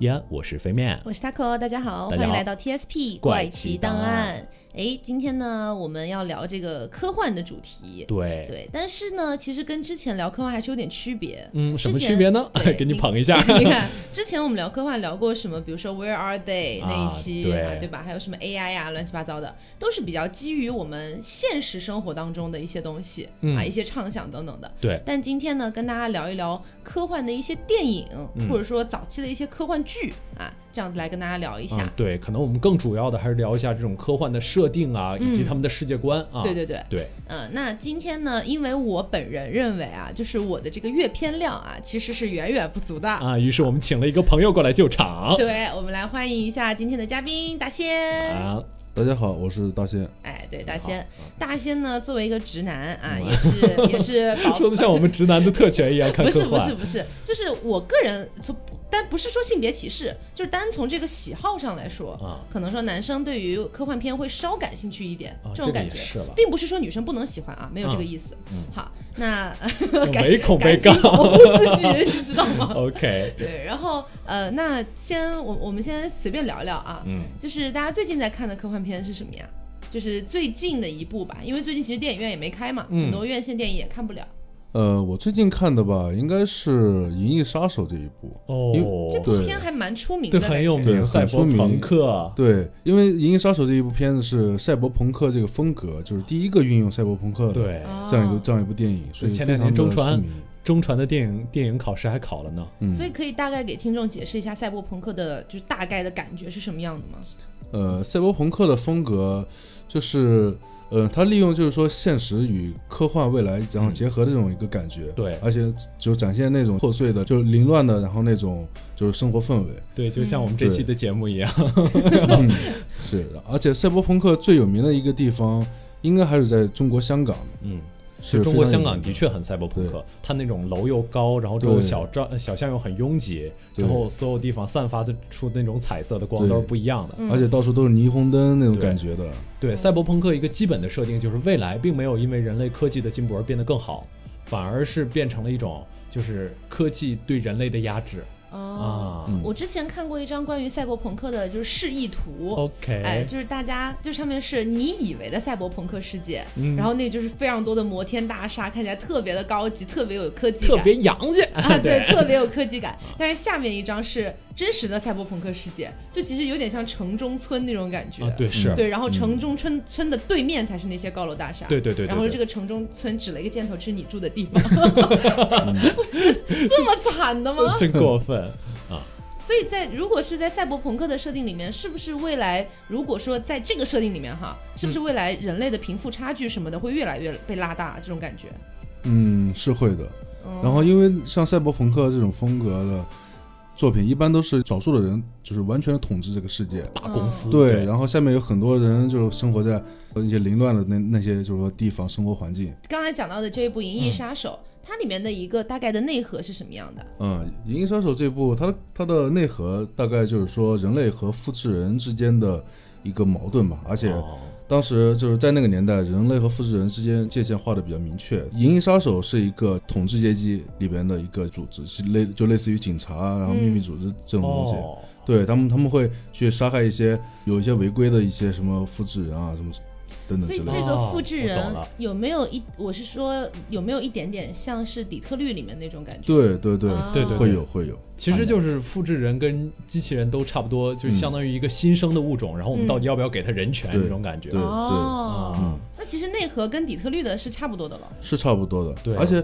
呀、我是飞面。我是 Taco，大家好，大家好欢迎来到 TSP 怪怪奇奇档档案案。哎，今天呢，我们要聊这个科幻的主题。对，对，但是呢，其实跟之前聊科幻还是有点区别。嗯，什么之前区别呢？对给你捧一下。 你看，之前我们聊科幻聊过什么，比如说 Where Are They 啊那一期，对啊对吧？还有什么 AI 呀、乱七八糟的，都是比较基于我们现实生活当中的一些东西、嗯啊，一些畅想等等的。对，但今天呢，跟大家聊一聊科幻的一些电影，嗯或者说早期的一些科幻剧啊，这样子来跟大家聊一下。嗯，对，可能我们更主要的还是聊一下这种科幻的设定啊，以及嗯他们的世界观啊。对对对，对，呃，那今天呢，因为我本人认为啊，就是我的这个阅片量啊，其实是远远不足的。啊，于是我们请了一个朋友过来救场。 对，我们来欢迎一下今天的嘉宾大仙。啊，大家好，我是大仙。哎，对，大仙，大仙呢，作为一个直男啊，也是也是 嗯保说的像我们直男的特权一 样看不是科不是幻。不是，就是我个人从，但不是说性别歧视，就是单从这个喜好上来说，啊可能说男生对于科幻片会稍感兴趣一点，啊这这个种感也觉，是了嗯并不是说女生不能喜欢啊，没有这个意思。好，那 感唯恐感被告情保护自己， 你知道 吗？ OK，对，然后呃，那先我我们先随便聊一聊啊，嗯，就是大家最近在看的科幻片是什么呀？就是最近的一部吧，因为最近其实电影院也没开嘛，嗯哦很多院线电影也看不了。呃，我最近看的吧，应该是《银翼杀手》这一部。因哦为，这部对片还蛮出名的对，感觉，很有对名，很赛博出名朋克。对，因为《银翼杀手》这一部片子是赛博朋克这个风格，就是第一个运用赛博朋克的对，这样一个、哦这样一部电影，所以前两非常天中地传出名中传的电影电影考试还考了呢。嗯，所以可以大概给听众解释一下赛博朋克的，就是大概的感觉是什么样的吗？呃，赛博朋克的风格就是，呃，它利用就是说现实与科幻未来然后结合的这种一个感觉，嗯对而且就展现那种破碎的，就是凌乱的，然后那种就是生活氛围。对，就嗯像我们这期的节目一样。嗯 是，而且赛博朋克最有名的一个地方，应该还是在中国香港，嗯，是就中国非常香有港名的确很赛博朋克，它那种楼又高，然后这种对小巷小巷又很拥挤，对然后所有地方散发的出那种彩色的光对都是不一样的。嗯而且到处都是霓虹灯那种对感觉的，对，赛博朋克一个基本的设定就是未来并没有因为人类科技的进步而变得更好，反而是变成了一种就是科技对人类的压制哦，嗯啊。我之前看过一张关于赛博朋克的，就是示意图。哦哎， OK，就是大家，就上面是你以为的赛博朋克世界，嗯然后那就是非常多的摩天大厦，看起来特别的高级，特别有科技特感， 别啊洋气啊，对对，特别有科 技感。但是下面一张是真实的赛博朋克世界，就其实有点像城中村那种感觉。啊，对嗯是，对然后城中村、村的对面才是那些高楼大厦。对对对对然后对这个城中村指了一个箭头，是你住的 地方。我觉得 这么惨的吗？真过分。所以在如果是在赛博朋克的设定里面，是不是未来如果说在这个设定里面哈，是嗯不是未来人类的贫富差距什么的会越来越被拉大？这种感觉。嗯，是会的。然后因为像赛博朋克这种风格的作品，一般都是少数的人就是完全的统治这个世界，大公司对，然后下面有很多人就是生活在一些凌乱的那那些就是说地方生活环境。刚才讲到的这一部《嗯银翼杀手》，它里面的一个大概的内核是什么样的？嗯，《银翼杀手》这部，它的它的内核大概就是说人类和复制人之间的一个矛盾吧，而且哦当时就是在那个年代，人类和复制人之间界限画的比较明确。银翼杀手是一个统治阶级里边的一个组织，是类就类似于警察，然后秘密组织这种东西。哦对他们，他们会去杀害一些有一些违规的一些什么复制人啊，什么等所等之以类这的。个复制哦我懂人了有没有一，我是说有没有一点点像是底特律里面那种感觉？对对对，啊嗯对对会有会有。其实就是复制人跟机器人都差不多，就相当于一个新生的物种，然后我们到底要不要给它人权嗯这种感觉对。对嗯哦，嗯那其实内核跟底特律的是差不多的了。是差不多的。对啊而且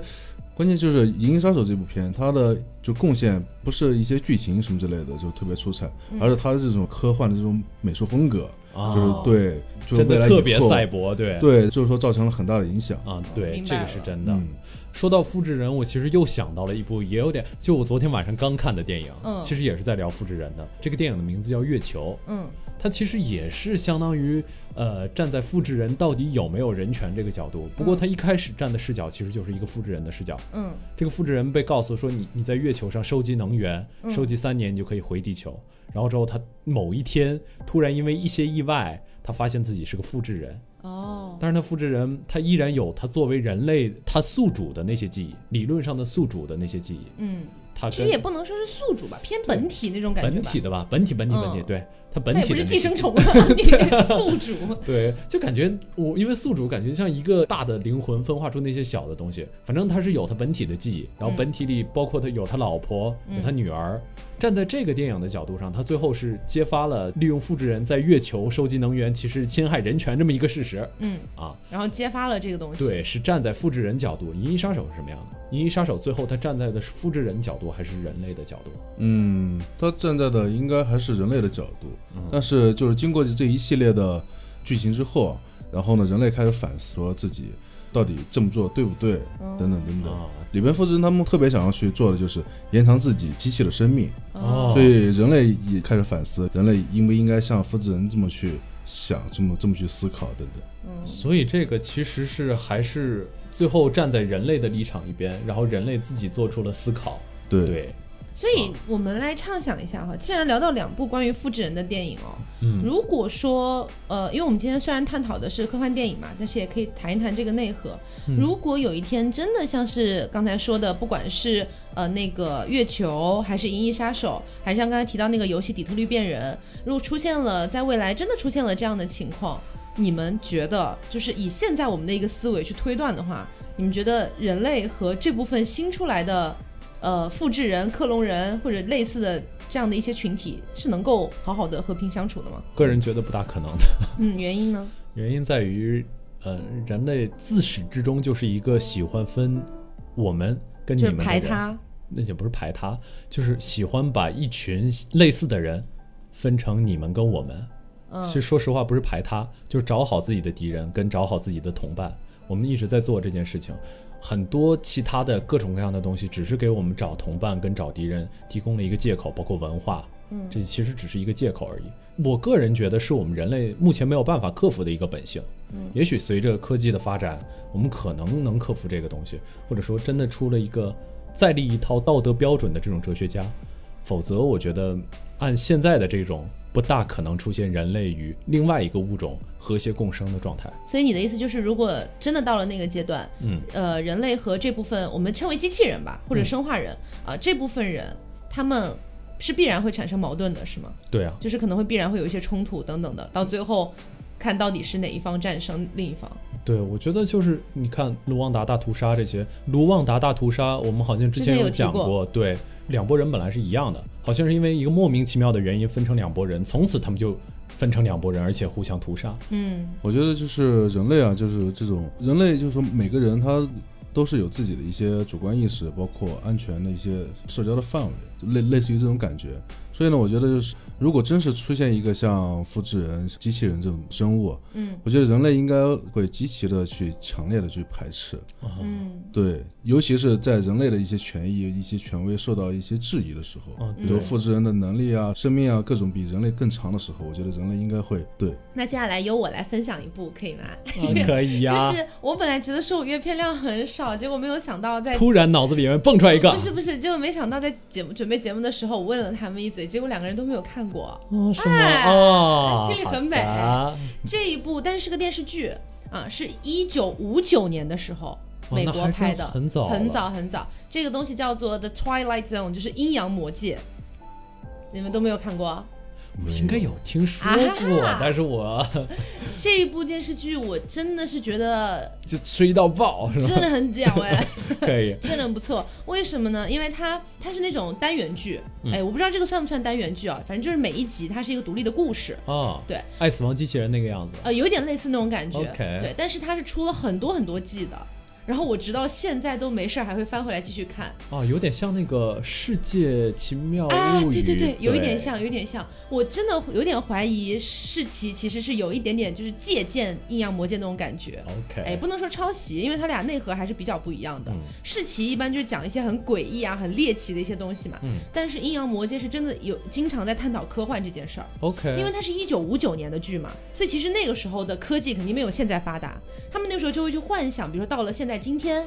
关键就是《银翼杀手》这部片，它的就贡献不是一些剧情什么之类的，就特别出彩，而是它的这种科幻的这种美术风格，啊就是对，就是真未的来特别以后赛，博，对对，就是说造成了很大的影响。啊，对，明白这个了是真的嗯。说到复制人，我其实又想到了一部也有点，就我昨天晚上刚看的电影，嗯其实也是在聊复制人的。这个电影的名字叫《月球》，嗯，它其实也是相当于呃站在复制人到底有没有人权这个角度。不过它一开始站的视角其实就是一个复制人的视角，嗯，这个复制人被告诉说你你在月球上收集能源，嗯收集三年你就可以回地球。然后之后他某一天突然因为一些意外，他发现自己是个复制人，哦，但是他复制人他依然有他作为人类他宿主的那些记忆，理论上的宿主的那些记忆。嗯，它其跟实也不能说是宿主吧，偏本体那种感觉本吧。体的吧，本体本体本体，嗯对它本那也体不的是那个寄生虫啊， 你宿主。对，就感觉我因为宿主感觉像一个大的灵魂分化出那些小的东西，反正他是有他本体的记忆，然后本体里包括他有他老婆、有他女儿。站在这个电影的角度上，他最后是揭发了利用复制人在月球收集能源其实侵害人权这么一个事实嗯，啊。然后揭发了这个东西。对，是站在复制人角度，《银翼杀手》是什么样的？《银翼杀手》最后他站在的是复制人角度还是人类的角度？嗯，他站在的应该还是人类的角度，嗯但是就是经过这一系列的剧情之后，啊然后呢，人类开始反思说自己到底这么做对不对，嗯等等等等。啊，里边复制人他们特别想要去做的就是延长自己机器的生命，哦所以人类也开始反思，人类应不应该像复制人这么去想，这么这么去思考等等。所以这个其实是还是最后站在人类的立场一边，然后人类自己做出了思考。对，对，所以我们来畅想一下哈，既然聊到两部关于复制人的电影哦，嗯如果说呃，因为我们今天虽然探讨的是科幻电影嘛，但是也可以谈一谈这个内核。如果有一天真的像是刚才说的，不管是呃那个月球，还是银翼杀手，还是像刚才提到那个游戏底特律变人，如果出现了在未来真的出现了这样的情况，你们觉得就是以现在我们的一个思维去推断的话，你们觉得人类和这部分新出来的呃复制人、克隆人或者类似的这样的一些群体是能够好好的和平相处的吗？个人觉得不大可能的，嗯，原因呢？原因在于，呃，人类自始至终就是一个喜欢分我们跟你就是们的排人，他，那也不是排他，就是喜欢把一群类似的人分成你们跟我们。嗯其实说实话，不是排他，就是找好自己的敌人，跟找好自己的同伴。我们一直在做这件事情，很多其他的各种各样的东西，只是给我们找同伴跟找敌人提供了一个借口，包括文化，嗯，这其实只是一个借口而已。我个人觉得是我们人类目前没有办法克服的一个本性。嗯，也许随着科技的发展，我们可能能克服这个东西，或者说真的出了一个再立一套道德标准的这种哲学家，否则，我觉得按现在的这种，不大可能出现人类与另外一个物种和谐共生的状态。所以你的意思就是，如果真的到了那个阶段，嗯，呃，人类和这部分我们称为机器人吧，或者生化人啊、这部分人他们是必然会产生矛盾的，是吗？对啊，就是可能会必然会有一些冲突等等的，到最后看到底是哪一方战胜另一方。对，我觉得就是你看卢旺达大屠杀这些，卢旺达大屠杀，我们好像之之前前有提讲过对，两拨人本来是一样的，好像是因为一个莫名其妙的原因分成两拨人，从此他们就分成两拨人，而且互相屠杀。嗯我觉得就是人类啊，就是这种人类，就是说每个人他都是有自己的一些主观意识，包括安全的一些社交的范围，就类类似于这种感觉。所以呢，我觉得就是如果真是出现一个像复制人、机器人这种生物，嗯我觉得人类应该会极其的去强烈的去排斥。哦嗯对，尤其是在人类的一些权益、一些权威受到一些质疑的时候，啊，比对如，复制人的能力啊、生命啊各种比人类更长的时候，我觉得人类应该会对那接下来由我来分享一部，可以吗？ 啊可以呀、就是我本来觉得是我阅片量很少，结果没有想到在突然脑子里面蹦出来一个不，是不是，就没想到在节目准备节目的时候，我问了他们一嘴，结果两个人都没有看过哦，是哎吗？哦，心里很美好的这一部，但是是个电视剧啊，是一九五九年的时候哦美那国还真拍的，很早很了早很早。这个东西叫做《The Twilight Zone》，就是《阴阳魔界》，你们都没有看过。啊我应该有听说过，但是我这一部电视剧我真的是觉得就吹到爆， 是吧？真的很屌哎、可以，真的很不错。为什么呢？因为它它是那种单元剧，嗯哎，我不知道这个算不算单元剧啊，反正就是每一集它是一个独立的故事。啊，对，爱死亡机器人那个样子，呃，有点类似那种感觉。 OK 对，但是它是出了很多很多季的，然后我直到现在都没事儿还会翻回来继续看。哦，有点像那个《世界奇妙哦物语》啊，对对对对，有一点。像，有一点像。我真的有点怀疑世奇其实是有一点点就是借鉴《阴阳魔界》那种感觉。 OK，哎，不能说抄袭，因为它俩内核还是比较不一样的。嗯世奇一般就是讲一些很诡异啊、很猎奇的一些东西嘛，嗯但是《阴阳魔界》是真的有经常在探讨科幻这件事儿。 OK，因为它是一九五九年的剧嘛，所以其实那个时候的科技肯定没有现在发达。他们那个时候就会去幻想，比如说到了现在今天，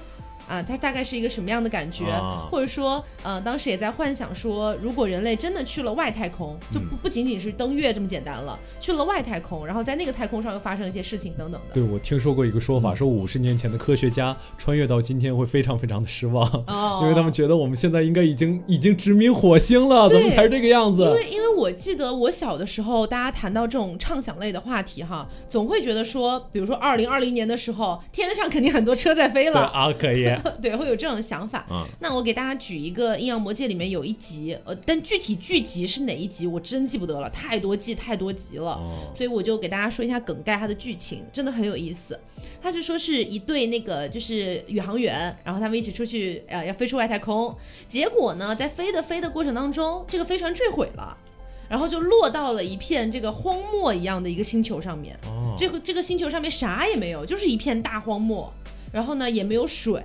啊，它大概是一个什么样的感觉，啊或者说，呃，当时也在幻想说，如果人类真的去了外太空，就嗯不不仅仅是登月这么简单了，去了外太空，然后在那个太空上又发生一些事情等等的。对，我听说过一个说嗯法，说五十年前的科学家穿越到今天会非常非常的失望，哦， 因为他们觉得我们现在应该已经已经殖民火星了，对怎么才是这个样因子？为因为我记得我小的时候，大家谈到这种畅想类的话题哈，总会觉得说，比如说二零二零年的时候，天上肯定很多车在飞对了，啊，可 以，对，会有这种想法。嗯那我给大家举一个《阴阳魔界》里面有一集，呃，但具体剧集是哪一集我真记不得了，太多季太多集了。哦，所以我就给大家说一下梗概，它的剧情真的很有意思。它是说是一对那个就是宇航员，然后他们一起出去呃要飞出外太空，结果呢在飞的飞的过程当中，这个飞船坠毁了，然后就落到了一片这个荒漠一样的一个星球上面。哦这个这个星球上面啥也没有，就是一片大荒漠，然后呢也没有水，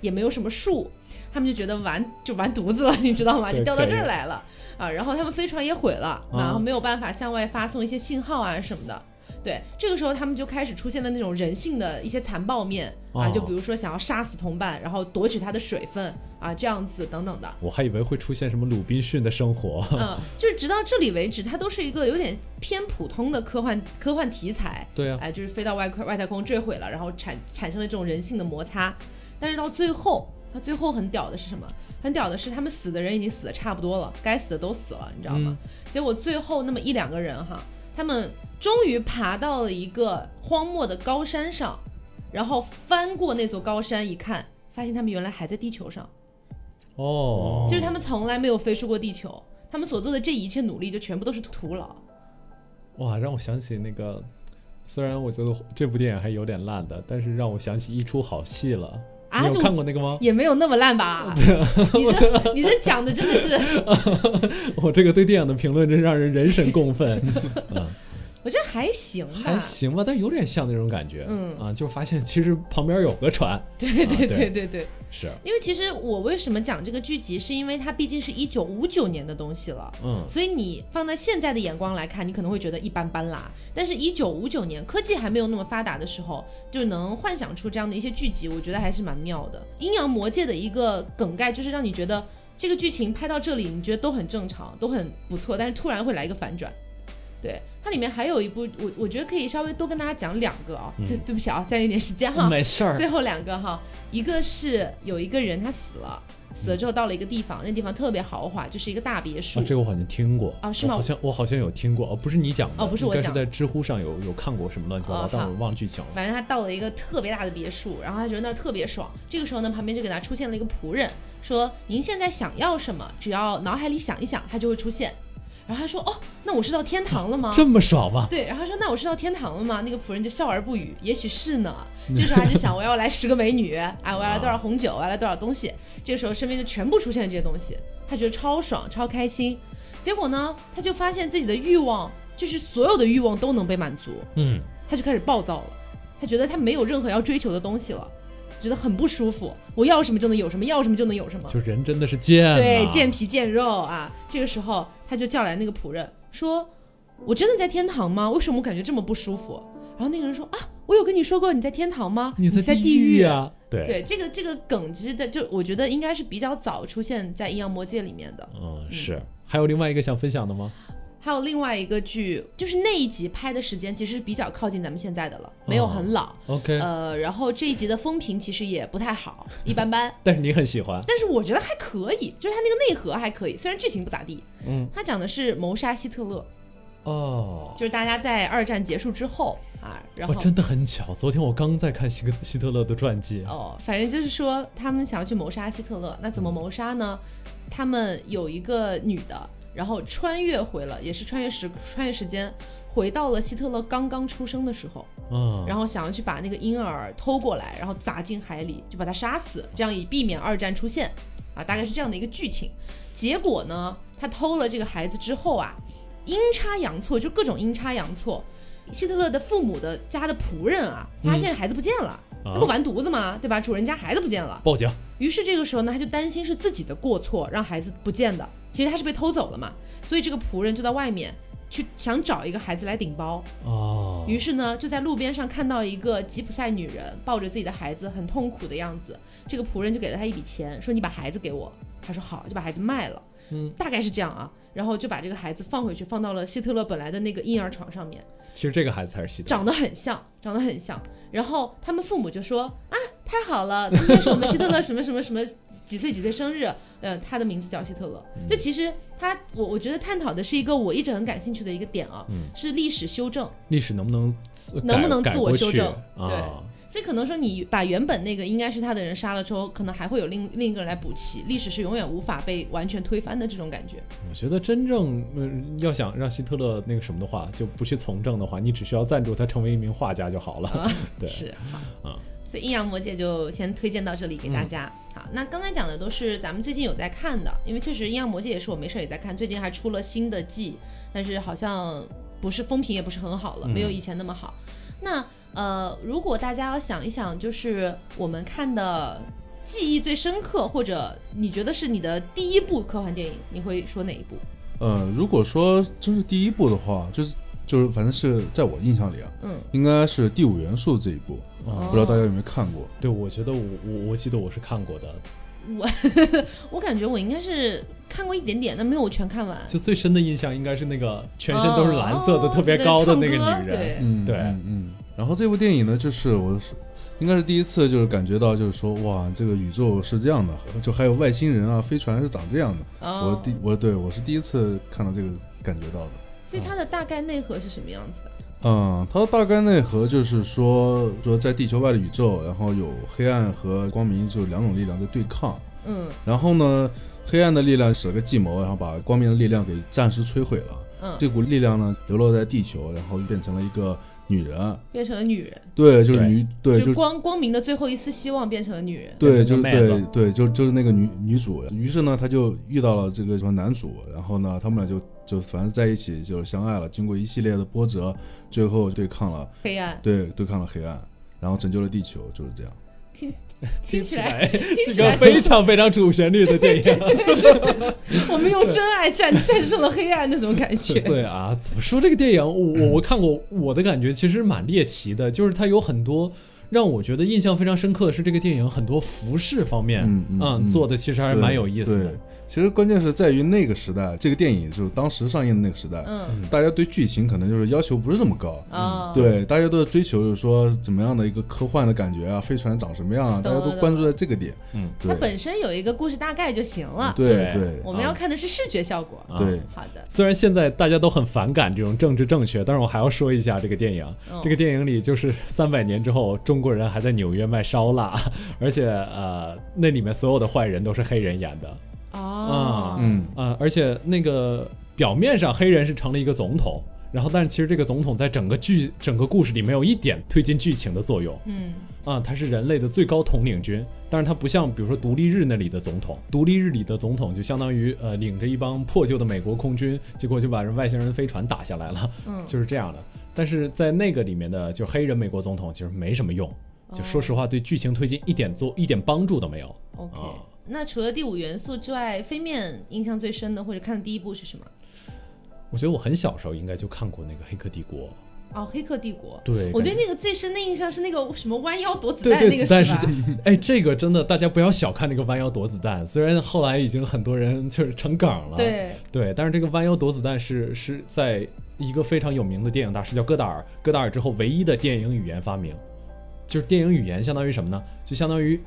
也没有什么树，他们就觉得完就完犊子了， 你知道吗？对就掉到可以这儿来了啊！然后他们飞船也毁了，啊然后没有办法向外发送一些信号啊什么的。对，这个时候他们就开始出现了那种人性的一些残暴面啊，哦就比如说想要杀死同伴，然后夺取他的水分啊，这样子等等的。我还以为会出现什么鲁滨逊的生 活，嗯，就是直到这里为止，它都是一个有点偏普通的科幻科幻题材。对啊哎，就是飞到外快外太空坠毁了，然后产产生了这种人性的摩擦。但是到最后，它最后很屌的是什么？很屌的是他们死的人已经死的差不多了，该死的都死了，你知道吗？嗯结果最后那么一两个人哈，他们终于爬到了一个荒漠的高山上，然后翻过那座高山一看，发现他们原来还在地球上。哦，就是他们从来没有飞出过地球，他们所做的这一切努力就全部都是徒劳。哇，让我想起那个，虽然我觉得这部电影还有点烂的，但是让我想起一出好戏了。啊你就有看过那个啊吗？ 也没有那么烂吧？你这你这讲的真的是，我这个对电影的评论真让人人神共愤，我觉得 还行吧。还行吧，但有点像那种感觉。嗯啊，就发现其实旁边有个船， 对对啊对对对，是，因为其实我为什么讲这个剧集，是因为它毕竟是一九五九年的东西了。嗯，所以你放在现在的眼光来看，你可能会觉得一般般啦。但是，一九五九年科技还没有那么发达的时候，就能幻想出这样的一些剧集，我觉得还是蛮妙的。《阴阳魔界》的一个梗概就是让你觉得这个剧情拍到这里，你觉得都很正常，都很不错，但是突然会来一个反转。对，它里面还有一部，我我觉得可以稍微多跟大家讲两个嗯啊、这、对不起啊，占用一点时间哈。没事儿。最后两个哈，一个是有一个人他死了，死了之后到了一个地方，那地方特别豪华，就是一个大别墅。啊，这个我好像听过啊是我吗好像我好像有听过，哦，不是你讲的，哦不是我应该讲是在知乎上有有看过什么乱七八糟，哦但好我忘剧情了。反正他到了一个特别大的别墅，然后他觉得那儿特别爽。这个时候呢，旁边就给他出现了一个仆人，说：“您现在想要什么？只要脑海里想一想，它就会出现。”然后他说：“哦，那我是到天堂了吗？”这么爽吗？对，然后他说那我是到天堂了吗？那个仆人就笑而不语，也许是呢。这时候他就想，我要来十个美女，哎，我要来多少红酒，我要来多少东西。这个时候身边就全部出现了这些东西，他觉得超爽，超开心。结果呢，他就发现自己的欲望，就是所有的欲望都能被满足，嗯，他就开始暴躁了，他觉得他没有任何要追求的东西了，觉得很不舒服。我要什么就能有什么，要什么就能有什么。就人真的是贱、啊，嗯对，健皮健肉啊。这个时候，他就叫来那个仆人，说：“我真的在天堂吗？为什么我感觉这么不舒服？”然后那个人说：“啊，我有跟你说过你在天堂吗？你在在地狱啊。啊，对”对，这个这个梗其实在就我觉得应该是比较早出现在《阴阳魔界》里面的。嗯，是。还有另外一个想分享的吗？还有另外一个剧，就是那一集拍的时间其实是比较靠近咱们现在的了，没有很老。 OK，、呃，然后这一集的风评其实也不太好，一般般。但是你很喜欢，但是我觉得还可以，就是它那个内核还可以，虽然剧情不咋地。嗯，它讲的是谋杀希特勒，哦，就是大家在二战结束之后啊，然哇，后真的很巧，昨天我刚在看希格希特勒的传记，哦，反正就是说他们想要去谋杀希特勒，那怎么谋杀呢？他们有一个女的，然后穿越回了，也是穿越时穿越时间，回到了希特勒刚刚出生的时候，嗯，然后想要去把那个婴儿偷过来，然后砸进海里，就把他杀死，这样以避免二战出现啊，大概是这样的一个剧情。结果呢，他偷了这个孩子之后啊，阴差阳错，就各种阴差阳错，希特勒的父母的家的仆人啊，发现孩子不见了，那、不啊完犊子吗？对吧？主人家孩子不见了，报警，于是这个时候呢，他就担心是自己的过错让孩子不见的，其实他是被偷走了嘛，所以这个仆人就在外面。去想找一个孩子来顶包，哦，于是呢，就在路边上看到一个吉普赛女人抱着自己的孩子，很痛苦的样子。这个仆人就给了她一笔钱，说：“你把孩子给我。”她说：“好。”就把孩子卖了。嗯，大概是这样啊。然后就把这个孩子放回去，放到了希特勒本来的那个婴儿床上面，其实这个孩子才是希特勒。长得很像，长得很像。然后他们父母就说：“啊，太好了，今天是我们希特勒什么什么什么几岁几岁生日，呃，他的名字叫希特勒。”嗯这其实他，我我觉得探讨的是一个我一直很感兴趣的一个点啊，嗯是历史修正。历史能不能能不能改自我修正改过去啊？所以可能说你把原本那个应该是他的人杀了之后，可能还会有另另一个人来补齐，历史是永远无法被完全推翻的这种感觉。我觉得真正嗯、要想让希特勒那个什么的话，就不去从政的话，你只需要赞助他成为一名画家就好了。对，是啊好，所以《阴阳魔界》就先推荐到这里给嗯大家。好，那刚才讲的都是咱们最近有在看的，因为确实《阴阳魔界》也是我没事儿也在看，最近还出了新的季，但是好像不是风评也不是很好了，没有嗯以前那么好。那呃，如果大家要想一想，就是我们看的。记忆最深刻，或者你觉得是你的第一部科幻电影，你会说哪一部？呃，如果说这是第一部的话，就是就是反正是在我印象里啊，嗯，应该是《第五元素》这一部，哦不知道大家有没有看过？对，我觉得我我我记得我是看过的，我感觉我应该是看过一点点，但没有全看完。就最深的印象应该是那个全身都是蓝色的、哦特别高的那个女，对对唱歌对人。嗯，对嗯嗯。然后这部电影呢，就是我是应该是第一次就是感觉到就是说哇，这个宇宙是这样的，就还有外星人啊，飞船是长这样的。哦我第我对我是第一次看到这个感觉到的。所以它的大概内核是什么样子的？嗯，它的大概内核就是说说在地球外的宇宙，然后有黑暗和光明就两种力量在对抗。嗯然后呢，黑暗的力量使了个计谋，然后把光明的力量给暂时摧毁了。嗯，这股力量呢，流落在地球，然后变成了一个女人。变成了女人，对，就是对女，对，就就是光光明的最后一丝希望变成了女 人。对，变就成个是妹对子对，就就是那个女女主。于是呢，她就遇到了这个什么男主，然后呢，他们俩就就反正在一起就是相爱了。经过一系列的波折，最后对抗了，黑暗对对抗了黑暗，然后拯救了地球，就是这样。听 起来，是起来个非常非常主旋律的 电影。我们用真爱战战胜了黑暗那种感 觉。对啊，怎么说这个电影？我我我看过，我的感觉其实蛮猎奇的，就是它有很多让我觉得印象非常深刻的是这个电影很多服饰方面，啊嗯嗯嗯做的其实还是蛮有意思对的。。其实关键是在于那个时代，这个电影就是当时上映的那个时代，嗯大家对剧情可能就是要求不是那么高。哦啊，对，大家都在追求就是说怎么样的一个科幻的感觉啊，飞船长什么样啊，大懂家了都懂关注在这个点。嗯，它对，本身啊有一个故事大概就行了。对对对我们要看的是视觉效果。啊对，好的，虽然现在大家都很反感这种政治正确，但是我还要说一下这个电影。嗯这个电影里就是三百年之后，中国人还在纽约卖烧腊， 而且呃，那里面所有的坏人都是黑人演的哦，嗯，啊、而且那个表面上黑人是成了一个总统，然后但是其实这个总统在整个剧、整个故事里没有一点推进剧情的作用。嗯啊、他是人类的最高统领军，但是他不像比如说独立日那里的总统，独立日里的总统就相当于呃领着一帮破旧的美国空军，结果就把人外星人飞船打下来了，嗯就是这样的。但是在那个里面的就是黑人美国总统其实没什么用，就说实话对剧情推进一点做一点帮助都没有。 ，OK 啊。那除了第五元素之外，飞面印象最深的或者看的第一部是什么？我觉得我很小时候应该就看过那个《黑客帝国》，哦，《黑客帝国》。对，我感对觉那个最深的印象是那个什么弯腰躲子对弹对那个子弹吧？事件，哎，这个真的大家不要小看这个弯腰躲子弹，虽然后来已经很多人就是成梗了，对，对，但是这个弯腰躲子弹是是在一个非常有名的电影大师叫戈达尔，戈达尔之后唯一的电影语言发明，就是电影语言相当于什么呢？就相当于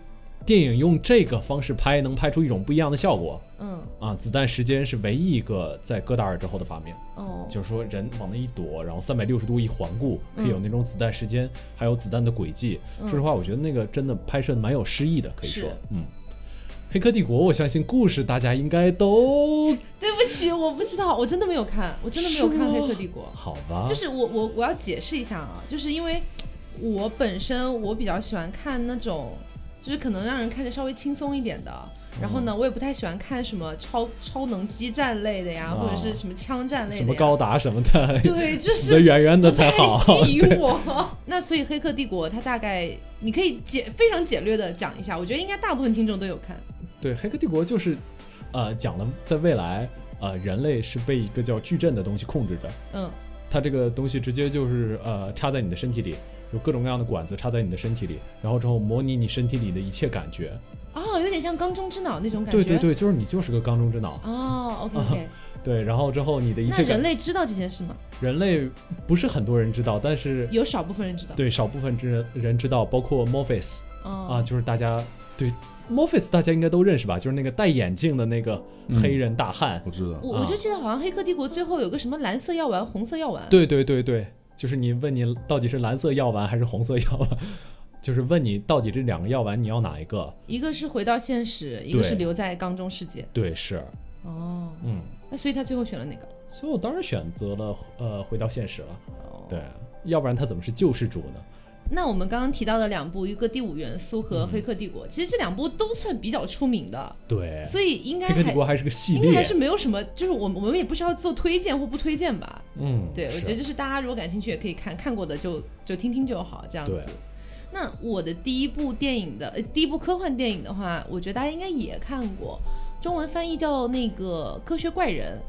电影用这个方式拍，能拍出一种不一样的效果嗯，啊！子弹时间是唯一一个在戈达尔之后的发明，哦，就是说人往那一躲，然后三百六十度一环顾，可嗯以有那种子弹时间，还有子弹的轨迹。说实话，我觉得那个真的拍摄得蛮有诗意的，可以说是，嗯。黑客帝国，我相信故事大家应该都对不起，我不知道，我真的没有看，我真的没有看是《吗黑客帝国好吧，》。就是我我我要解释一下啊，就是因为我本身我比较喜欢看那种，就是可能让人看着稍微轻松一点的。嗯然后呢，我也不太喜欢看什么超超能激战类的呀，啊或者是什么枪战类什的么呀。高达什么的， 对，就死得是远远的不才太好。 吸引我。 那所以《黑客帝国》它大概你可以简非常简略的讲一下，我觉得应该大部分听众都有看。对，《黑客帝国》就是，呃，讲了在未来呃，人类是被一个叫矩阵的东西控制着，嗯，它这个东西直接就是呃插在你的身体里，有各种各样的管子插在你的身体里，然后之后模拟你身体里的一切感觉。哦，有点像缸中之脑那种感觉。对对。对，就是你就是个缸中之脑。哦，OK OK，对，然后之后你的一那切感人类知道这件事吗？人类不是很多人知道，但是有少部分人知道。对少部分之人人知道，包括 Morpheus 啊，哦，就是大家对 Morpheus 大家应该都认识吧，就是那个戴眼镜的那个黑人大汉。我知道，我我就记得好像《黑客帝国》最后有个什么蓝色药丸、红色药丸。对对对对，就是你问你到底是蓝色药丸还是红色药丸， 就是问你到底这两个药丸你要哪一个？一个是回到现实，一个对是留在缸中世界。对，是，哦，嗯，那所以他最后选了哪个？所以我当然选择了呃回到现实了，哦，对，要不然他怎么是救世主呢？那我们刚刚提到的两部，一个《第五元素》嗯和《黑客帝国》，其实这两部都算比较出名的，对，所以应该黑客帝还国还是哎个系应该列还，是没有什么，就是我们我们也不需要做推荐或不推荐吧。嗯，对，我是觉得就是大家如果感兴趣也可以看，看过的就就听听就好，这样对子。那我的第一部电影的、呃、第一部科幻电影的话，我觉得大家应该也看过，中文翻译叫那个《科学怪人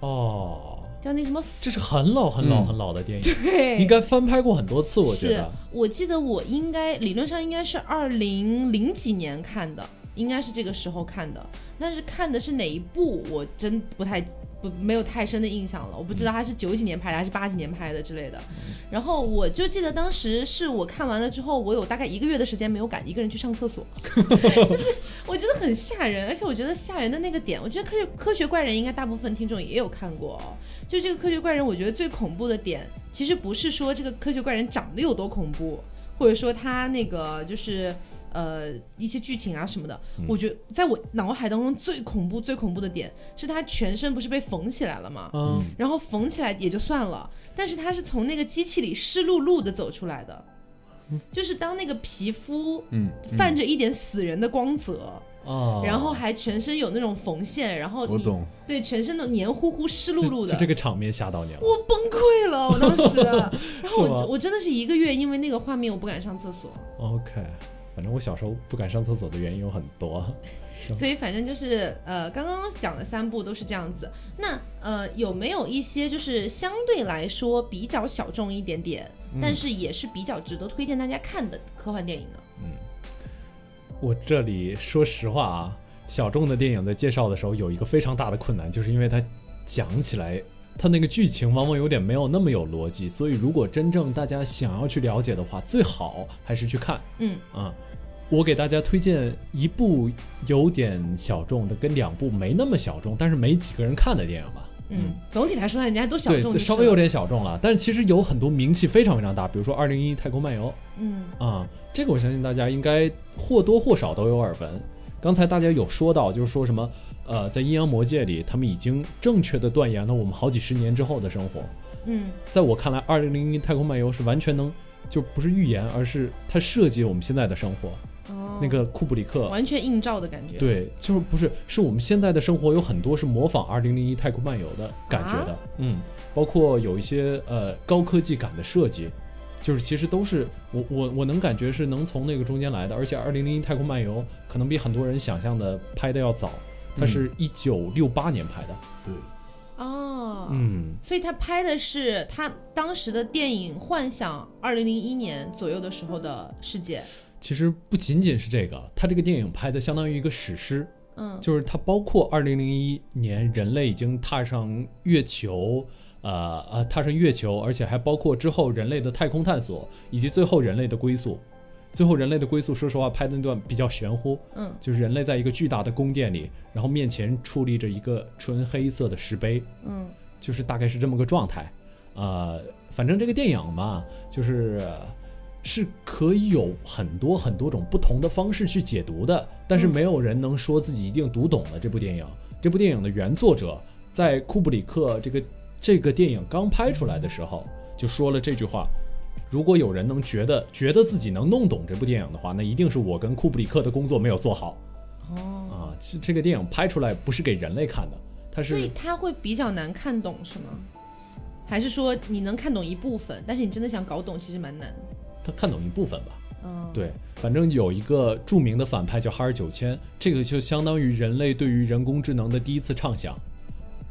哦，》，叫那个什么？ 这是很老很老嗯很老的电影，对，应该翻拍过很多次，我觉是得。我记得我应该理论上应该是二零零几年看的，应该是这个时候看的，但是看的是哪一部，我真不太不没有太深的印象了，我不知道嗯它是九几年拍的还是八几年拍的之类的。然后我就记得当时是我看完了之后，我有大概一个月的时间没有敢一个人去上厕所，就是我觉得很吓人，而且我觉得吓人的那个点，我觉得科学科学怪人应该大部分听众也有看过、哦，就这个科学怪人，我觉得最恐怖的点，其实不是说这个科学怪人长得有多恐怖，或者说他那个就是呃一些剧情啊什么的。我觉得在我脑海当中最恐怖、最恐怖的点是他全身不是被缝起来了吗？嗯，然后缝起来也就算了，但是他是从那个机器里湿漉漉的走出来的，就是当那个皮肤嗯，泛着一点死人的光泽，哦，然后还全身有那种缝线，然后我你懂，对全身都黏糊糊、湿漉漉就的就这。个场面吓到你了。我崩溃了，我 当时，然后是吗我我真的是一个月，因为那个画面我不敢上厕所， OK，反正我小时候不敢上厕所的原因有很多。 嗯所以反正就是呃，刚刚讲的三部都是这样子。那呃，有没有一些就是相对来说比较小众一点点，嗯但是也是比较值得推荐大家看的科幻电影呢？我这里说实话啊，小众的电影在介绍的时候有一个非常大的困难，就是因为它讲起来，它那个剧情往往有点没有那么有逻辑，所以如果真正大家想要去了解的话，最好还是去看。嗯啊、我给大家推荐一部有点小众的，跟两部没那么小众，但是没几个人看的电影吧。嗯，总体来说人家都小对，众这就是了，稍微有点小众了，但是其实有很多名气非常非常大，比如说《二零一太空漫游》。嗯啊、这个我相信大家应该或多或少都有耳闻。刚才大家有说到，就是说什么，呃，在阴阳魔界里，他们已经正确的断言了我们好几十年之后的生活。嗯在我看来，《二零零一太空漫游》是完全能，就不是预言，而是它设计我们现在的生活。哦，那个库布里克，完全映照的感觉，对，就是不是是我们现在的生活有很多是模仿《二零零一太空漫游》的感觉的，嗯，包括有一些呃高科技感的设计，就是其实都是我我我能感觉是能从那个中间来的，而且《二零零一太空漫游》可能比很多人想象的拍的要早，它是一九六八年拍的，对，哦，嗯，所以他拍的是他当时的电影《幻想》，二零零一年左右的时候的世界。其实不仅仅是这个，它这个电影拍的相当于一个史诗，嗯就是它包括二零零一年人类已经踏上月球，呃呃，踏上月球，而且还包括之后人类的太空探索，以及最后人类的归宿。最后人类的归宿，说实话拍的那段比较玄乎，嗯，就是人类在一个巨大的宫殿里，然后面前矗立着一个纯黑色的石碑，嗯，就是大概是这么个状态。呃，反正这个电影嘛，就是是可以有很多很多种不同的方式去解读的，但嗯是没有人能说自己一定读懂了这部电影。这部电影的原作者在库布里克这个这个电影刚拍出来的时候就说了这句话。如果有人能觉得觉得自己能弄懂这部电影的话，那一定是我跟库布里克的工作没有做好哦，啊！这这个电影拍出来不是给人类看的，它所以是他会比较难看懂，是吗？还是说你能看懂一部分，但是你真的想搞懂，其实蛮难。它看懂一部分吧。嗯，对，反正有一个著名的反派叫哈尔九千，这个就相当于人类对于人工智能的第一次畅想。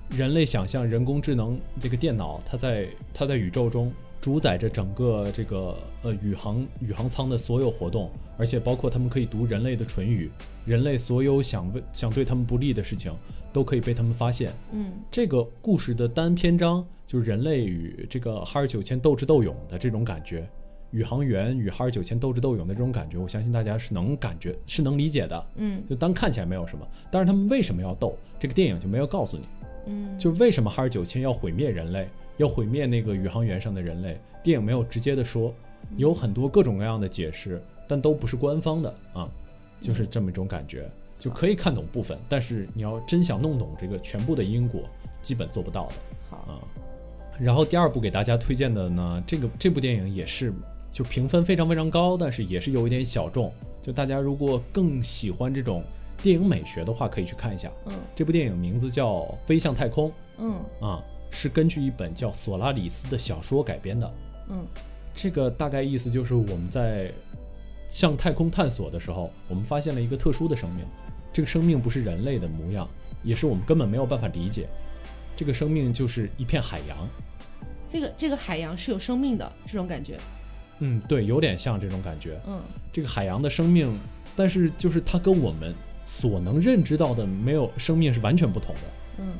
人类想象人工智能这个电脑，它在它在宇宙中主宰着整个这个呃宇航宇航舱的所有活动，而且包括他们可以读人类的唇语，人类所有想为想对他们不利的事情都可以被他们发现。嗯，这个故事的单篇章就是人类与这个哈尔九千斗智斗勇的这种感觉，宇航员与哈尔九千斗智斗勇的这种感觉，我相信大家是能感觉是能理解的。嗯就单看起来没有什么，但是他们为什么要斗，这个电影就没有告诉你。嗯，就是为什么哈尔九千要毁灭人类，要毁灭那个宇航员上的人类，电影没有直接的说，有很多各种各样的解释，但都不是官方的啊，就是这么一种感觉，就可以看懂部分，但是你要真想弄懂这个全部的因果，基本做不到的。好，啊。然后第二部给大家推荐的呢，这个这部电影也是就评分非常非常高，但是也是有一点小众。就大家如果更喜欢这种电影美学的话，可以去看一下。嗯这部电影名字叫《飞向太空嗯》啊，是根据一本叫索拉里斯的小说改编的。嗯这个大概意思就是我们在向太空探索的时候，我们发现了一个特殊的生命，这个生命不是人类的模样，也是我们根本没有办法理解。这个生命就是一片海洋，这个这个海洋是有生命的这种感觉，嗯，对，有点像这种感觉。嗯这个海洋的生命，但是就是它跟我们所能认知到的没有生命是完全不同的，嗯，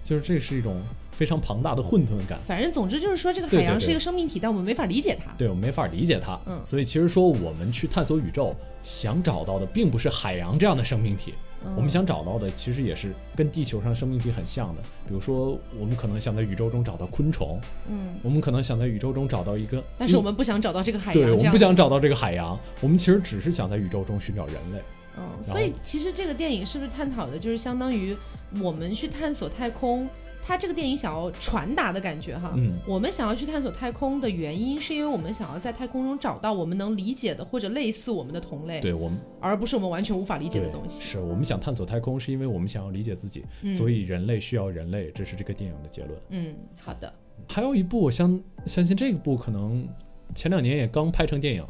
就是这是一种非常庞大的混沌感。反正总之就是说这个对海对洋对是一个生命体，但我们没法理解它。对我们没法理解它，嗯所以其实说我们去探索宇宙，想找到的并不是海洋这样的生命体，嗯我们想找到的其实也是跟地球上生命体很像的，比如说我们可能想在宇宙中找到昆虫，嗯，我们可能想在宇宙中找到一个，但是我们不想找到这个海洋，对我这们样不想找到这个海洋，我们其实只是想在宇宙中寻找人类。嗯，然所以其实这个电影是不是探讨的就是相当于我们去探索太空，它这个电影想要传达的感觉哈。嗯我们想要去探索太空的原因，是因为我们想要在太空中找到我们能理解的或者类似我们的同类，对我们而不是我们完全无法理解对的东西。是我们想探索太空，是因为我们想要理解自己，嗯所以人类需要人类，这是这个电影的结论。嗯，好的，还有一部，我相相信这个部可能前两年也刚拍成电影，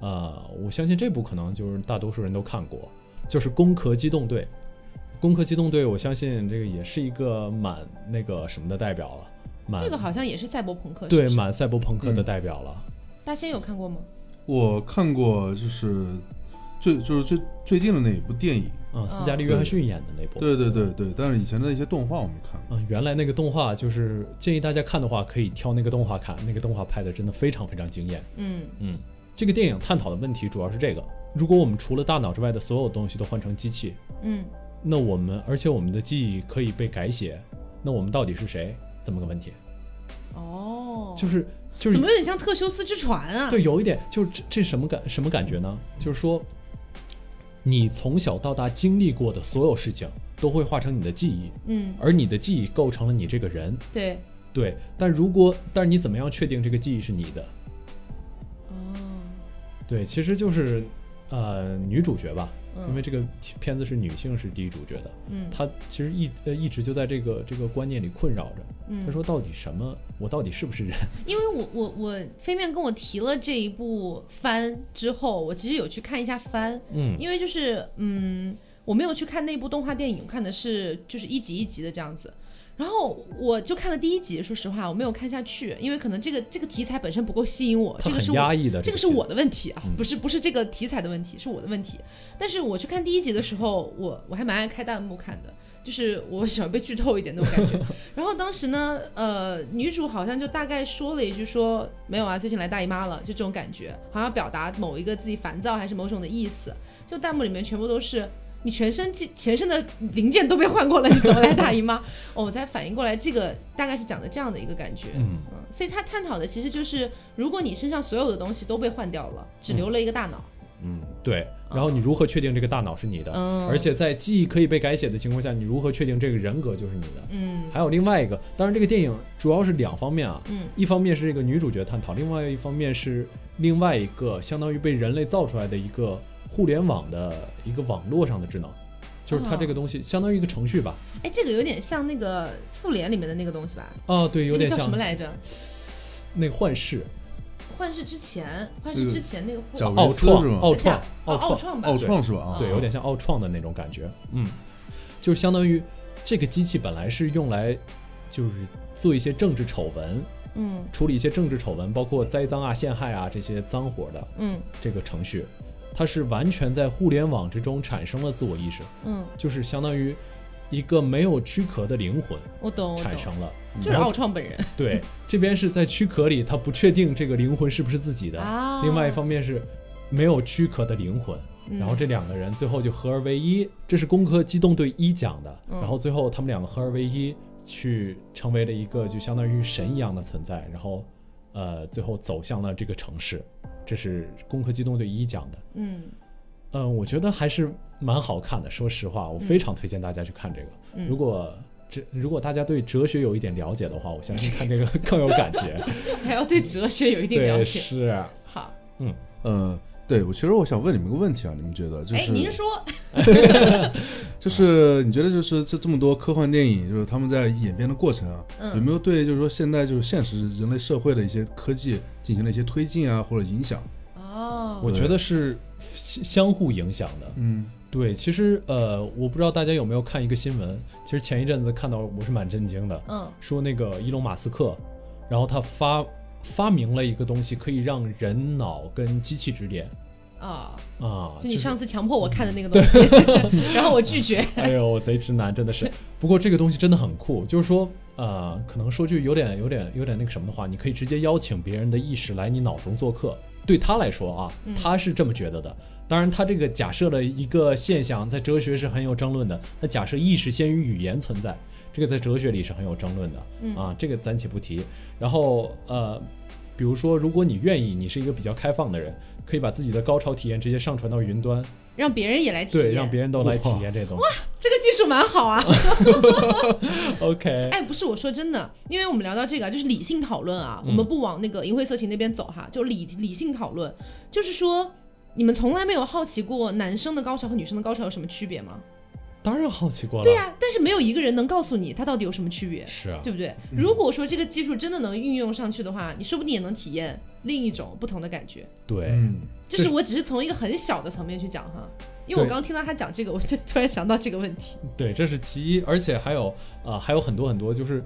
呃，我相信这部可能就是大多数人都看过，就是《攻壳机动队》。《攻壳机动队》，我相信这个也是一个蛮那个什么的代表了，蛮这个好像也是赛博朋克，嗯对是不是蛮赛博朋克的代表了。大仙有看过吗？我看过就是最就是最最近的那一部电影，嗯，斯嘉丽·约翰逊演的那部。对对对对，但是以前的一些动画我没看过。嗯，原来那个动画就是建议大家看的话，可以挑那个动画看，那个动画拍的真的非常非常惊艳。嗯嗯，这个电影探讨的问题主要是这个：如果我们除了大脑之外的所有东西都换成机器，嗯那我们而且我们的记忆可以被改写，那我们到底是谁？这么个问题，哦，就是就是怎么有点像特修斯之船啊？对，有一点就是这这什么感什么感觉呢？就是说，你从小到大经历过的所有事情都会化成你的记忆，嗯，而你的记忆构成了你这个人。对，对，但如果但是你怎么样确定这个记忆是你的？哦，对，其实就是呃女主角吧，嗯因为这个片子是女性是第一主角的，嗯她其实一呃一直就在这个这个观念里困扰着。嗯她说到底什么？我到底是不是人？因为我我我飞面跟我提了这一部番之后，我其实有去看一下番，嗯因为就是嗯，我没有去看那部动画电影，我看的是就是一集一集的这样子。然后我就看了第一集，说实话我没有看下去，因为可能这个这个题材本身不够吸引我，她这个很是我压抑的。这个是片我的问题啊，不是不是这个题材的问题，是我的问题。但是我去看第一集的时候，我我还蛮爱开弹幕看的，就是我喜欢被剧透一点那种感觉。然后当时呢，呃，女主好像就大概说了一句说没有啊，最近来大姨妈了，就这种感觉，好像表达某一个自己烦躁还是某种的意思。就弹幕里面全部都是。你全身机全身的零件都被换过了，你怎么来大姨妈？ 哦，我才反应过来，这个大概是讲的这样的一个感觉。嗯嗯，所以他探讨的其实就是，如果你身上所有的东西都被换掉了，只留了一个大脑，嗯对，然后你如何确定这个大脑是你的？啊嗯而且在记忆可以被改写的情况下，你如何确定这个人格就是你的？嗯还有另外一个，当然这个电影主要是两方面啊，嗯，一方面是这个女主角探讨，另外一方面是另外一个相当于被人类造出来的一个互联网的一个网络上的智能，就是它哦这个东西相当于一个程序吧，哎，这个有点像那个复联里面的那个东西吧？啊，对，有那个点叫什像么来着？那个幻视，幻视之前，幻视之前那个叫幻奥维斯创是吗，？奥假创，哦奥奥创，创吧奥，创是吧？啊，对，有点像奥创的那种感觉，嗯，就是相当于这个机器本来是用来就是做一些政治丑闻，嗯处理一些政治丑闻，包括栽赃啊、陷害啊这些脏活的嗯这个程序，它是完全在互联网之中产生了自我意识，嗯，就是相当于一个没有躯壳的灵魂我懂，我懂产，生了。就是奥创本人对，这边是在躯壳里，他不确定这个灵魂是不是自己的；啊另外一方面是没有躯壳的灵魂。嗯然后这两个人最后就合二为一，这是《工科机动队一》讲的。嗯然后最后他们两个合二为一，去成为了一个就相当于神一样的存在。然后，呃，最后走向了这个城市。这是《攻壳机动队一》讲的。嗯嗯，我觉得还是蛮好看的。说实话，我非常推荐大家去看这个。嗯如果这如果大家对哲学有一点了解的话，我相信看这个 更有感觉。还要对哲学 有一定了对，解。是啊，好，呃，对我其实我想问你们个问题啊，你们觉得就哎，是您说，就是你觉得就是这这么多科幻电影，就是他们在演变的过程啊，嗯有没有对就是说现在就是现实人类社会的一些科技进行了一些推进啊或者影响？哦，我觉得是相相互影响的。嗯对，其实呃，我不知道大家有没有看一个新闻，其实前一阵子看到我是蛮震惊的，嗯说那个伊隆马斯克，然后他发发明了一个东西，可以让人脑跟机器之恋啊，啊，就就你是上次强迫我看的那个东 西，然后我拒绝。 哎呦，我贼直男，真的是。不过这个东西真的很酷，就是说，呃，可能说句有点、有点、有点那个什么的话，你可以直接邀请别人的意识来你脑中做客。对他来说啊，他是这么觉得的。当然，他这个假设了一个现象，在哲学是很有争论的。他假设意识先于语言存在，这个在哲学里是很有争论的、啊，这个暂且不提。然后呃，比如说，如果你愿意，你是一个比较开放的人，可以把自己的高潮体验直接上传到云端，让别人也来体验，对，让别人都来体验这个东西。这个技术蛮好啊。 OK，哎，不是，我说真的，因为我们聊到这个啊，就是理性讨论啊，我们不往那个淫秽色情那边走哈，就理理性讨论，就是说，你们从来没有好奇过男生的高潮和女生的高潮有什么区别吗？当然好奇过了。对啊呀、但是没有一个人能告诉你它到底有什么区别，是啊，对不对？如果说这个技术真的能运用上去的话，你说不定也能体验另一种不同的感觉。对，嗯，这这是我只是从一个很小的层面去讲哈，因为我对刚听到他讲这个，我就突然想到这个问题。对，这是其一，而且还有呃，还有很多很多，就是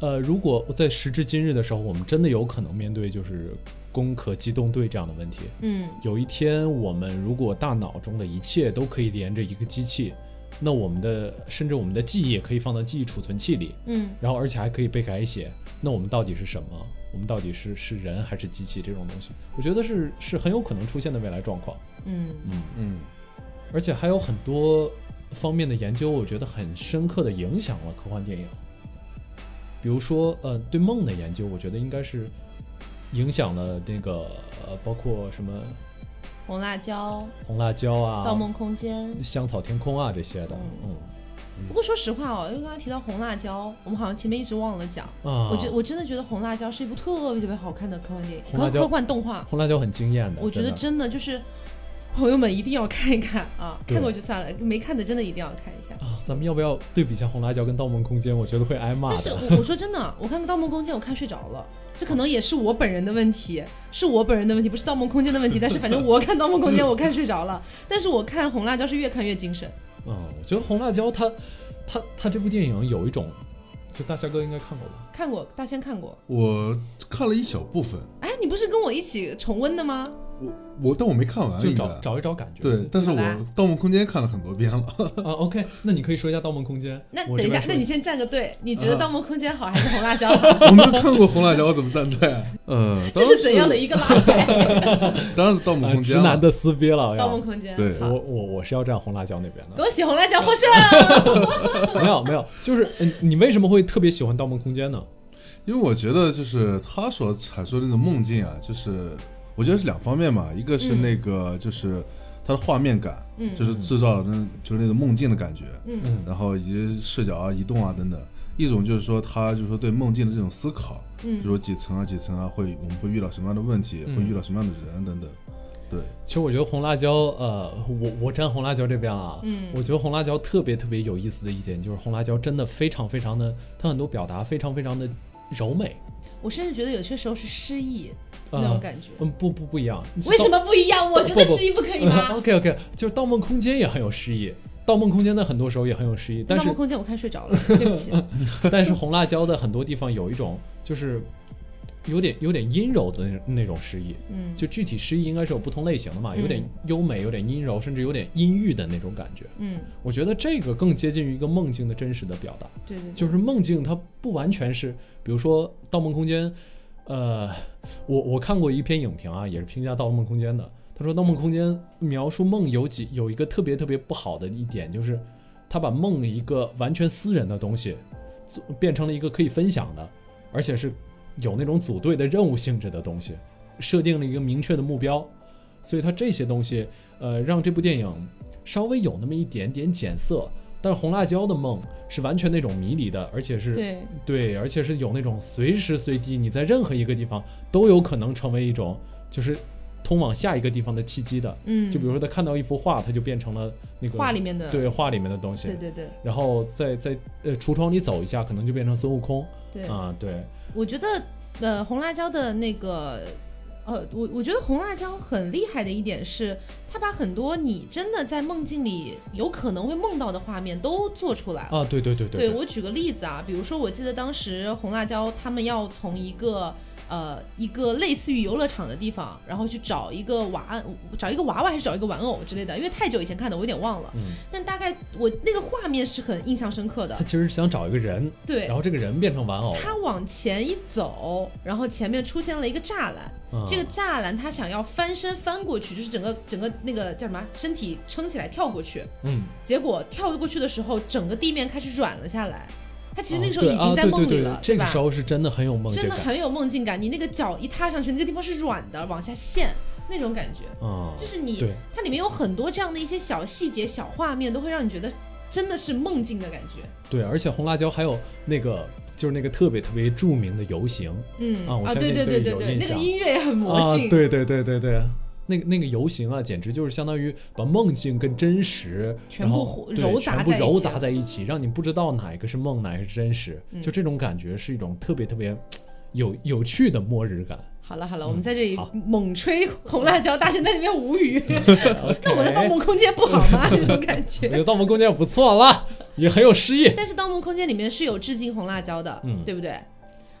呃，如果在时至今日的时候，我们真的有可能面对就是攻壳机动队这样的问题。嗯有一天，我们如果大脑中的一切都可以连着一个机器，那我们的甚至我们的记忆也可以放到记忆储存器里，嗯，然后而且还可以被改写。那我们到底是什么？我们到底是是人还是机器这种东西？我觉得是是很有可能出现的未来状况。嗯嗯，而且还有很多方面的研究，我觉得很深刻的影响了科幻电影。比如说，呃，对梦的研究，我觉得应该是影响了那个呃，包括什么红辣椒、红辣椒啊、盗梦空间。香草天空啊这些的，嗯不过说实话哦，因为刚才提到红辣椒，我们好像前面一直忘了讲。啊，我觉我真的觉得红辣椒是一部特别特别好看的科幻电影，红辣科椒科幻动画。红辣椒很惊艳的，我觉得的真的就是，朋友们一定要看一看啊！对看过就算了，没看的真的一定要看一下。啊，咱们要不要对比一下红辣椒跟盗梦空间？我觉得会挨骂但是的。我我说真的，我看《盗梦空间》，我看睡着了。这可能也是我本人的问题，是我本人的问题，不是《盗梦空间》的问题。但是反正我看《盗梦空间》，我看睡着了。但是我看《红辣椒》是越看越精神。嗯，我觉得红辣椒它它它这部电影有一种，就大虾哥应该看过吧？看过，大仙看过。我看了一小部分，哎，你不是跟我一起重温的吗？我我但我没看完，就应找该找一找感觉。嗯对，但是我好吧《盗梦空间》看了很多 遍了。啊，OK，那你可以说一下《盗梦空间》。那我等这一边下，说嗯那你先站个队，你觉得《盗梦空间》好还是《红辣椒》 好？我没有看过《红辣椒》，我怎么站队啊？呃，这是怎样的一个拉啊踩？当然是《盗梦呃空间》直男的撕逼了盗梦要。空间，对我好，我我是要站红辣椒那边 的，恭喜红辣椒获胜。嗯没有没有，就是嗯，你为什么会特别喜欢《盗梦空间》呢？因为我觉得就是他所阐述的那种梦境啊，就是我觉得是两方面嘛，一个是那个就是它的画面感，嗯就是制造了那就是那种梦境的感觉，嗯然后以及视角啊、移动啊等等。一种就是说他就是说对梦境的这种思考，嗯就是说几层啊几层啊，会我们会遇到什么样的问题，嗯会遇到什么样的人等等。对，其实我觉得红辣椒，呃，我我站红辣椒这边啊，嗯我觉得红辣椒特别特别有意思的一点就是红辣椒真的非常非常的，它很多表达非常非常的柔美， 我甚至觉得有些时候是失忆呃那种感觉。嗯，不不不一样，为什么不一样？我觉得不啊不 嗯失忆不可以吗？ ？OK OK，就是《盗梦空间》也很有诗意，盗梦空间》在很多时候也很有诗意，但盗是梦空间我看睡着了，对不起。但是红辣椒在很多地方有一种就是有点有点阴柔的那那种诗意，嗯就具体诗意应该是有不同类型的嘛，嗯有点优美，有点阴柔，甚至有点阴郁的那种感觉。嗯，我觉得这个更接近于一个梦境的真实的表达，对对，对就是梦境它不完全是，比如说《盗梦空间》，呃，我我看过一篇影评啊，也是评价《盗梦空间》的，他说《盗梦空间》描述梦有几有一个特别特别不好的一点，就是他把梦一个完全私人的东西，做变成了一个可以分享的，而且是有那种组队的任务性质的东西，设定了一个明确的目标，所以它这些东西，呃，让这部电影稍微有那么一点点减色。但是红辣椒的梦是完全那种迷离的，而且是对对，而且是有那种随时随地你在任何一个地方都有可能成为一种就是通往下一个地方的契机的。嗯，就比如说他看到一幅画，他就变成了那个画里面的对画里面的东西，对对对然后在在呃橱窗里走一下，可能就变成孙悟空对，啊，对，我觉得呃红辣椒的那个。呃，我我觉得红辣椒很厉害的一点是，它把很多你真的在梦境里有可能会梦到的画面都做出来了。啊，对对对对，我举个例子啊，比如说，我记得当时红辣椒他们要从一个呃一个类似于游乐场的地方，然后去找一个娃，找一个娃娃还是找一个玩偶之类的，因为太久以前看的，我有点忘了。嗯但大概我那个画面是很印象深刻的他。其实是想找一个人， 对然，后这个人变成玩偶，他往前一走，然后前面出现了一个栅栏，啊这个栅栏他想要翻身翻过去，就是整个整个那个叫什么身体撑起来跳过去，嗯，结果跳过去的时候，整个地面开始软了下来。他其实那个时候对已经在啊、梦对对里了，对这个吧？时候是真的很有梦境真的感，很有梦境感。你那个脚一踏上去，那个地方是软的，往下陷那种感觉，啊，就是你对它里面有很多这样的一些小细节、小画面，都会让你觉得真的是梦境的感觉。对，而且红辣椒还有那个就是那个特别特别著名的游行，嗯啊我相信对对对对对有对，印那个象音乐也很魔性。啊。对对对对对，那个那个游行啊，简直就是相当于把梦境跟真实全然部后混对揉杂全部在一揉起嗯杂在一起，让你不知道哪个是梦，哪个是真实。就这种感觉是一种特别特别有有趣的末日感。好了好了，我们在这里嗯好猛吹红辣椒，大神在那边无 语。那我的《盗 OK 梦空间》不好 吗？那种感我觉觉。得《盗梦空间》不错了，也很有诗意。但是《盗梦空间》里面是有致敬红辣椒的，嗯对不对？《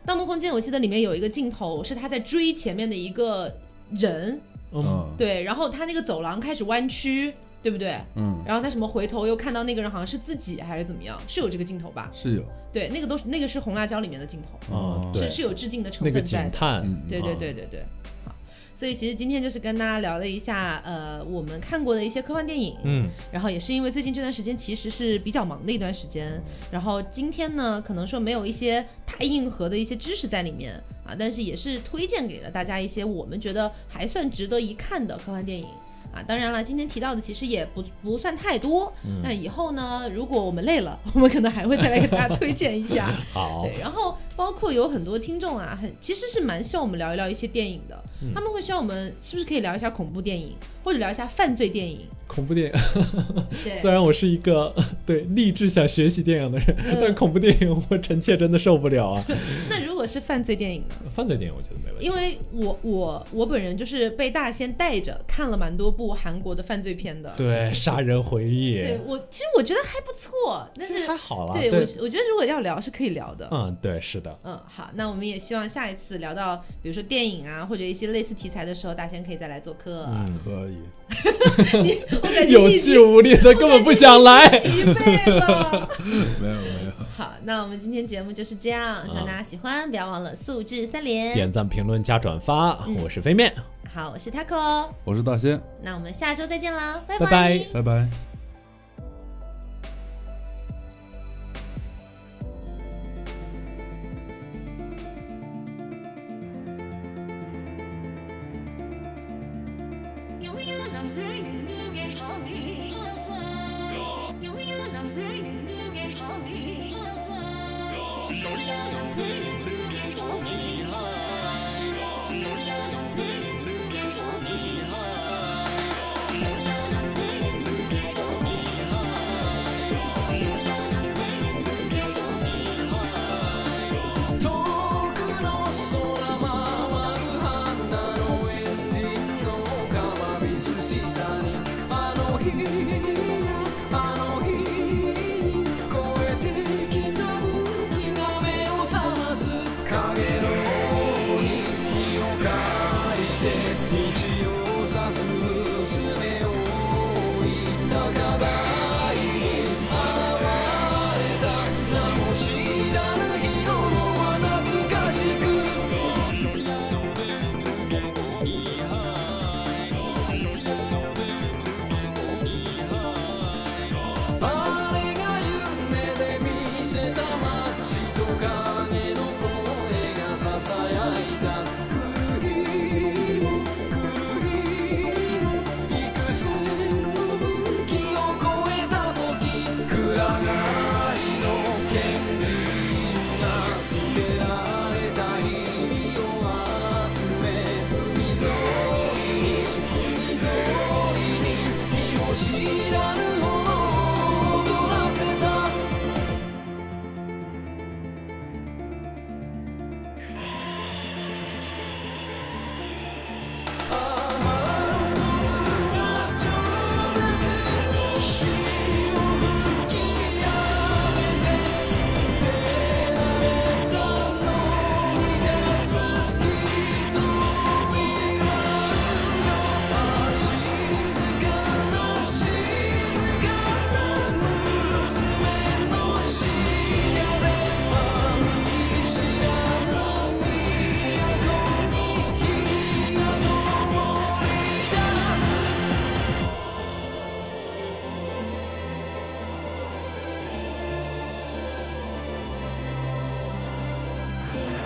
盗梦空间》我记得里面有一个镜头是他在追前面的一个人，嗯，啊，对，然后他那个走廊开始弯曲，对不对？嗯，然后他什么回头又看到那个人好像是自己还是怎么样，是有这个镜头吧？是有，对，那个都是那个是红辣椒里面的镜头，啊，嗯对哦是，是有致敬的成那个分警在。探，嗯，对对啊对对对，好。所以其实今天就是跟大家聊了一下，呃，我们看过的一些科幻电影，嗯，然后也是因为最近这段时间其实是比较忙的一段时间，然后今天呢，可能说没有一些太硬核的一些知识在里面啊，但是也是推荐给了大家一些我们觉得还算值得一看的科幻电影。啊，当然了，今天提到的其实也不不算太多。那、以后呢，如果我们累了，我们可能还会再来给大家推荐一下。好，对，然后包括有很多听众啊，很其实是蛮希望我们聊一聊一些电影的，嗯他们会希望我们是不是可以聊一下恐怖电影，或者聊一下犯罪电影。恐怖电影。对，虽然我是一个对立志想学习电影的人，嗯但恐怖电影我臣妾真的受不了 啊。那如果是犯罪电影呢？犯罪电影我觉得没问题，因为我我我本人就是被大仙带着看了蛮多部韩国的犯罪片的，对杀人回忆，对我其实我觉得还不错，但其实是还好啦。对我我觉得如果要聊是可以聊的。嗯，对，是的，嗯，好，那我们也希望下一次聊到，比如说电影啊，或者一些类似题材的时候，大仙可以再来做客。啊嗯，可以， 我感觉有你已气经无力的，根本不想来。疲惫了。没有没有，好，那我们今天节目就是这样，希望大家喜欢，不要忘了素质三连。啊点赞、评论、加转发，嗯我是飞面，好，我是 Taco，我是大仙，那我们下周再见啦，拜拜拜拜拜。有一個男子亂了嘅可以，有一個男子亂了嘅可以，有一個男子亂了嘅可以，有一個男子亂了嘅可以，有一個男子亂了嘅可以，有一個男子亂了嘅可以。 「遠くの空まる花のエンジンのかわりすしさに」「あの日あの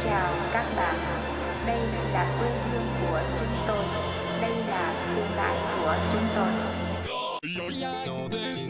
chào các bạn. Đây là quê hương của chúng tôi. Đây là tương lai của chúng tôi. ので